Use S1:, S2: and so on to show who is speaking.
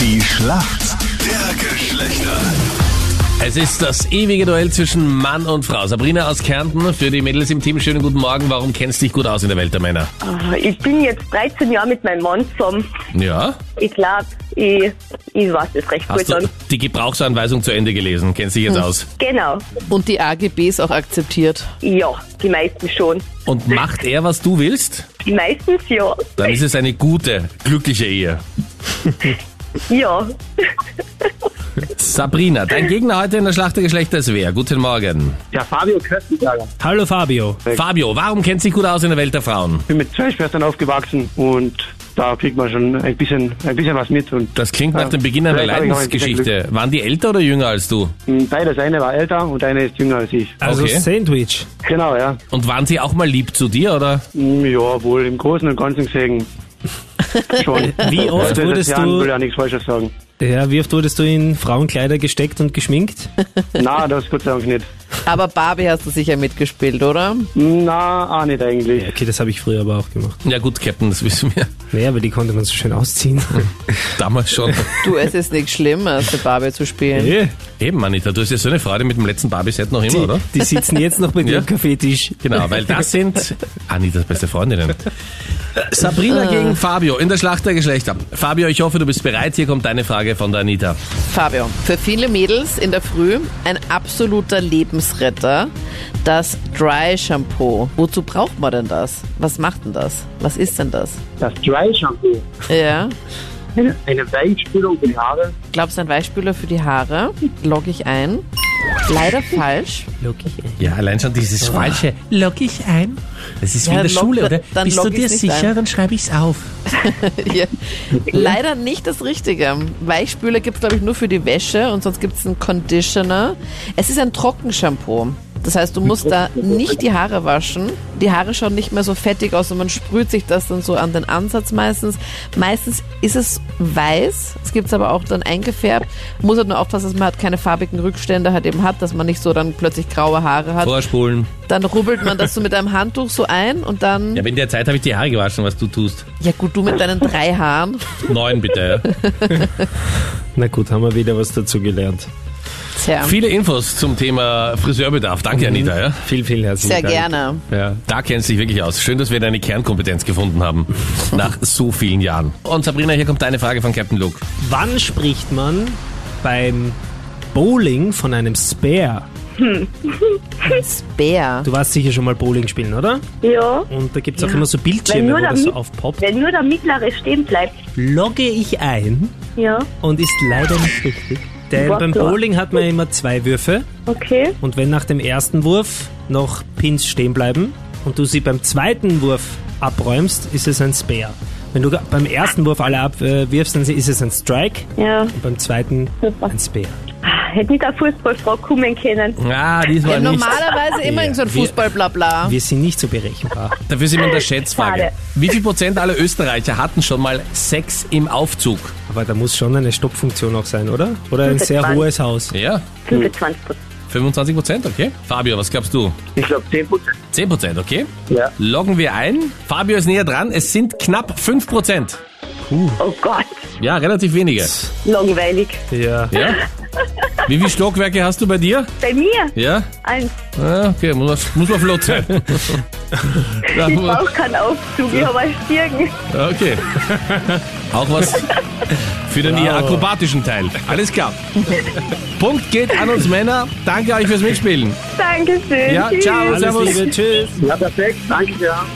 S1: Die Schlacht der Geschlechter.
S2: Es ist das ewige Duell zwischen Mann und Frau. Sabrina aus Kärnten für die Mädels im Team. Schönen guten Morgen. Warum kennst du dich gut aus in der Welt der Männer?
S3: Ah, Ich bin jetzt 13 Jahre mit meinem Mann zusammen.
S2: Ja.
S3: Ich glaube, ich, ich weiß es recht
S2: Hast
S3: gut
S2: du
S3: dann.
S2: die Gebrauchsanweisung zu Ende gelesen? Kennst dich jetzt
S4: Hm.
S2: aus?
S3: Genau.
S5: Und die AGBs auch akzeptiert.
S3: Ja, die meisten schon.
S2: Und macht er, was du willst?
S3: Meistens ja.
S2: Dann ist es eine gute, glückliche Ehe.
S3: Ja.
S2: Sabrina, dein Gegner heute in der Schlacht der Geschlechter ist wer? Guten Morgen.
S4: Ja, Fabio Köstenberger.
S6: Hallo Fabio.
S2: Fabio, warum kennst du dich gut aus in der Welt der Frauen?
S4: Bin mit zwei Schwestern aufgewachsen und da kriegt man schon ein bisschen, ein bisschen was mit. Und
S2: Das klingt nach
S4: Ja,
S2: dem Beginn einer
S4: vielleicht habe ich noch ein bisschen
S2: Leidensgeschichte. Waren die älter oder jünger als du?
S4: m, beides, eine war älter und eine ist jünger als ich.
S6: Also
S2: Okay.
S6: Sandwich.
S4: Genau, ja.
S2: Und waren sie auch mal lieb zu dir, oder?
S4: M, Ja, wohl, im Großen und Ganzen gesehen. Schon.
S6: Wie oft
S4: das ist
S6: wurdest
S4: ja, will
S6: du,
S4: ja nichts Falsches sagen.
S6: ja, wie oft wurdest du in Frauenkleider gesteckt und geschminkt?
S4: Na, das Gott sei Dank nicht.
S5: Aber Barbie hast du sicher mitgespielt, oder?
S4: Na, auch nicht eigentlich.
S6: Okay, das habe ich früher aber auch gemacht.
S2: Ja gut, Captain, das wissen wir.
S6: Naja, aber die konnte man so schön ausziehen.
S2: Damals schon.
S5: Du, es ist nichts Schlimmes, eine Barbie zu spielen.
S6: Äh,
S2: Eben, Anita, du hast ja so eine Freude mit dem letzten Barbie-Set noch immer,
S6: die,
S2: oder?
S6: die sitzen jetzt noch bei dir
S2: Ja.
S6: am Kaffeetisch.
S2: Genau, weil das sind Anitas beste Freundinnen. Sabrina gegen Fabio in der Schlacht der Geschlechter. Fabio, ich hoffe, du bist bereit. Hier kommt deine Frage von der Anita.
S5: Fabio, für viele Mädels in der Früh ein absoluter Lebensretter, das Dry Shampoo. Wozu braucht man denn das? Was macht denn das? Was ist denn das?
S4: Das Dry Shampoo.
S5: Ja,
S4: Eine, eine Weichspülung für die Haare.
S5: glaubst du ein Weichspüler für die Haare? Log ich ein. Leider falsch.
S2: Ja, allein schon dieses falsche
S7: Log ich ein?
S2: Das ist
S5: wie in Ja, der log- Schule, oder? dann
S7: Bist
S5: log
S7: du
S5: ich's
S7: dir
S5: nicht
S7: sicher?
S5: ein.
S7: Dann schreibe ich's auf.
S5: Ja. Leider nicht das Richtige. Weichspüler gibt's glaub glaube ich, nur für die Wäsche und sonst gibt's einen Conditioner. Es ist ein Trockenshampoo. Das heißt, du musst da nicht die Haare waschen. Die Haare schauen nicht mehr so fettig aus und man sprüht sich das dann so an den Ansatz meistens. Meistens ist es weiß, es gibt's aber auch dann eingefärbt. Muss halt nur aufpassen, dass man halt keine farbigen Rückstände halt eben hat, dass man nicht so dann plötzlich graue Haare hat.
S2: Vorspulen.
S5: Dann rubbelt man das so mit einem Handtuch so ein und dann...
S2: Ja, aber in der Zeit habe ich die Haare gewaschen, was du tust.
S5: Ja gut, du mit deinen drei Haaren.
S2: Neun bitte. Ja.
S6: Na gut, haben wir wieder was dazu gelernt.
S5: Tja.
S2: Viele Infos zum Thema Friseurbedarf. Danke,
S6: Mhm.
S2: Anita. Ja?
S6: Hm? Viel, viel herzlichen
S5: Sehr
S6: Dank.
S5: gerne.
S2: Ja, da kennst du dich wirklich aus. Schön, dass wir deine Kernkompetenz gefunden haben. Nach so vielen Jahren. Und Sabrina, hier kommt deine Frage von Captain Luke.
S6: Wann spricht man beim Bowling von einem Spare?
S5: Bär.
S6: Du warst sicher schon mal Bowling spielen, oder?
S3: Ja.
S6: Und da gibt es auch immer so
S3: Wenn
S6: Bildschirme,
S3: nur
S6: wo
S3: der
S6: das so
S3: Miet-
S6: aufpoppt.
S3: Wenn nur der Mittlere stehen bleibt.
S6: Logge ich ein
S3: Ja.
S6: und ist leider nicht richtig. Denn
S3: Was
S6: beim
S3: so?
S6: Bowling hat man immer zwei Würfe
S3: Okay.
S6: und wenn nach dem ersten Wurf noch Pins stehen bleiben und du sie beim zweiten Wurf abräumst, ist es ein Spare. Wenn du ga- beim ersten Wurf alle abwirfst, dann ist es ein Strike
S3: Ja.
S6: und beim zweiten
S3: Super.
S6: ein Spare.
S3: Hätte nicht eine Fußballfrau kommen können.
S2: Ah, diesmal
S5: Ja,
S2: nicht.
S5: normalerweise immer in so ein
S6: Wir-
S5: Fußball-Blabla.
S6: Wir sind nicht so berechenbar.
S2: Dafür sind wir in der Schätzfrage.
S3: Schade.
S2: Wie viel Prozent aller Österreicher hatten schon mal Sex im Aufzug?
S6: Aber da muss schon eine Stoppfunktion auch sein, oder? Oder ein
S3: Gute
S6: sehr
S3: Frage.
S6: hohes Haus.
S2: Ja,
S3: 25 Prozent.
S2: 25 Prozent, okay. Fabio, was glaubst du?
S4: Ich glaube 10 Prozent.
S2: 10 Prozent, okay.
S4: Ja.
S2: Loggen wir ein. Fabio ist näher dran. Es sind knapp 5 Prozent.
S3: Oh Gott.
S2: Ja, relativ wenige.
S3: Langweilig.
S6: Ja.
S2: Ja. Wie viele Stockwerke hast du bei dir?
S3: Bei mir
S2: Ja?
S3: eins.
S2: Ah, okay, muss man, muss man flott sein. Da
S3: Ich
S2: muss man-
S3: brauche keinen Aufzug. Ich habe einen Stirn.
S2: Okay. Auch was für den eher akrobatischen Teil. Alles klar. Punkt geht an uns Männer. Danke euch fürs Mitspielen.
S3: Dankeschön.
S2: Ja, ciao.
S6: Alles
S2: Servus.
S6: Liebe, tschüss.
S4: Ja, perfekt. Danke sehr.